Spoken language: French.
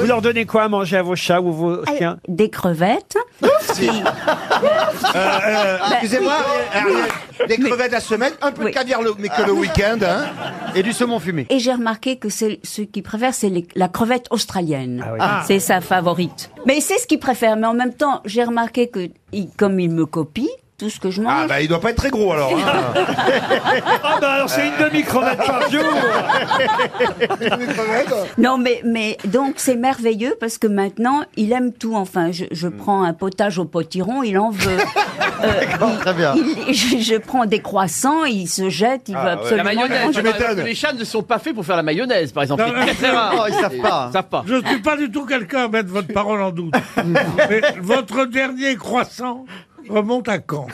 Vous leur donnez quoi à manger à vos chats ou vos chiens Des crevettes. Euh, Excusez-moi, Ariel, des crevettes la semaine, un peu Oui. de caviar le, mais que le week-end, hein, et du saumon fumé. Et j'ai remarqué que c'est ce qu'ils préfèrent, c'est les- la crevette australienne. Ah oui. C'est sa favorite. Mais c'est ce qu'ils préfèrent. Mais en même temps, j'ai remarqué que il- comme ils me copient, tout ce que je Ah mange, ben. bah il doit pas être très gros alors. hein. Ah bah alors c'est une demi-crevette par jour Non, mais, mais donc c'est merveilleux parce que maintenant il aime tout. Enfin, je, Hmm. je prends un potage au potiron, il en veut. Euh, il- très bien. il- je, je prends des croissants, il se jette, Ah, il veut ouais. La absolument. mayonnaise, tu par exemple, m'étonnes. parce que les chats ne sont pas faits pour faire la mayonnaise, par exemple. Non, C'est très très rare. Oh, ils savent pas. Ils savent pas. Je ne suis pas du tout quelqu'un à mettre votre parole en doute. Mais votre dernier croissant remonte à quand